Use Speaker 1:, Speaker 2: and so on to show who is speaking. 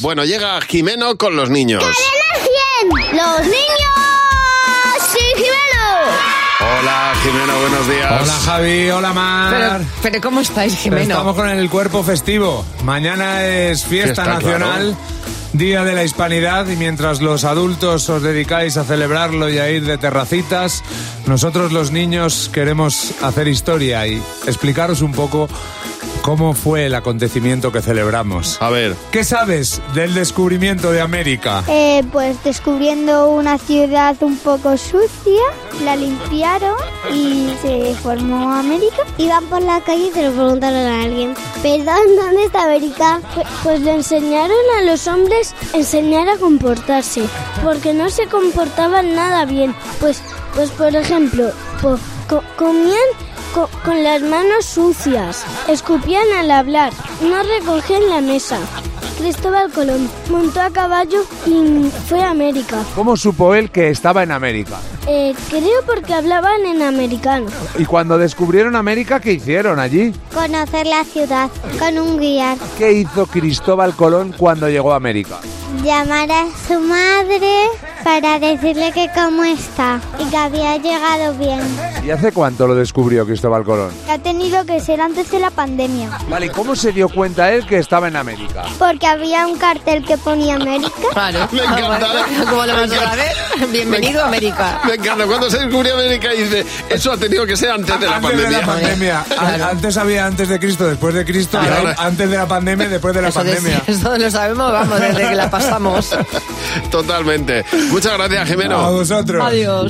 Speaker 1: Bueno, llega Jimeno con los niños.
Speaker 2: Los niños. Sí,
Speaker 1: Hola, Jimeno, buenos días.
Speaker 3: Hola
Speaker 4: Pues-
Speaker 3: Javi, hola Mar.
Speaker 5: Pero, pero ¿cómo estáis, Jimeno?
Speaker 3: Ah. Estamos con el cuerpo festivo. Mañana es fiesta,
Speaker 1: Fiesta,
Speaker 3: nacional, Día de la Hispanidad y mientras los adultos os dedicáis a celebrarlo y a ir de terracitas, nosotros los niños queremos hacer historia y explicaros un poco cómo fue el acontecimiento que celebramos.
Speaker 1: A ver,
Speaker 3: ¿Qué sabes del descubrimiento de América?
Speaker 2: Eh, pues descubriendo una ciudad un poco sucia, la limpiaron y se formó América. Iban por la calle y se lo preguntaron a alguien. Perdón, ¿dónde está América? Pues, le enseñaron a los hombres enseñar a comportarse, porque no se comportaban nada bien. Pues, pues por ejemplo, po- co- comían co- con las manos sucias, escupían al hablar, no recogían la mesa. Cristóbal Colón montó a caballo y fue a América.
Speaker 4: ¿Cómo supo él que estaba en América?
Speaker 2: Eh, creo porque hablaban en americano.
Speaker 4: Y cuando descubrieron América, ¿qué hicieron allí?
Speaker 2: Conocer la ciudad con un guía.
Speaker 4: ¿Qué hizo Cristóbal Colón cuando llegó a América?
Speaker 2: Llamar a su madre para decirle que cómo está y que había llegado bien.
Speaker 4: ¿Y hace cuánto lo descubrió Cristóbal Colón?
Speaker 2: Que ha tenido que ser antes de la pandemia.
Speaker 4: Vale, ¿y ¿cómo se dio cuenta él que estaba en América?
Speaker 2: Porque había un cartel que ponía América.
Speaker 5: Claro.
Speaker 1: Me encantará.
Speaker 5: ¿Cómo lo
Speaker 1: Me
Speaker 5: vas a ver? Bienvenido a América.
Speaker 1: me encanta. Cuando se descubrió América, dice, eso ha tenido que ser antes de la
Speaker 3: antes
Speaker 1: pandemia.
Speaker 3: de la pandemia.
Speaker 5: Claro.
Speaker 3: A- Antes había antes de Cristo, después de Cristo,
Speaker 1: Ah,
Speaker 3: y ahora
Speaker 1: vale.
Speaker 3: antes de la pandemia, después de la
Speaker 5: Eso, de-
Speaker 3: pandemia.
Speaker 5: eso lo sabemos, vamos, desde que la pasamos.
Speaker 1: Totalmente. Muchas gracias, Jimeno.
Speaker 3: A vosotros.
Speaker 5: Adiós.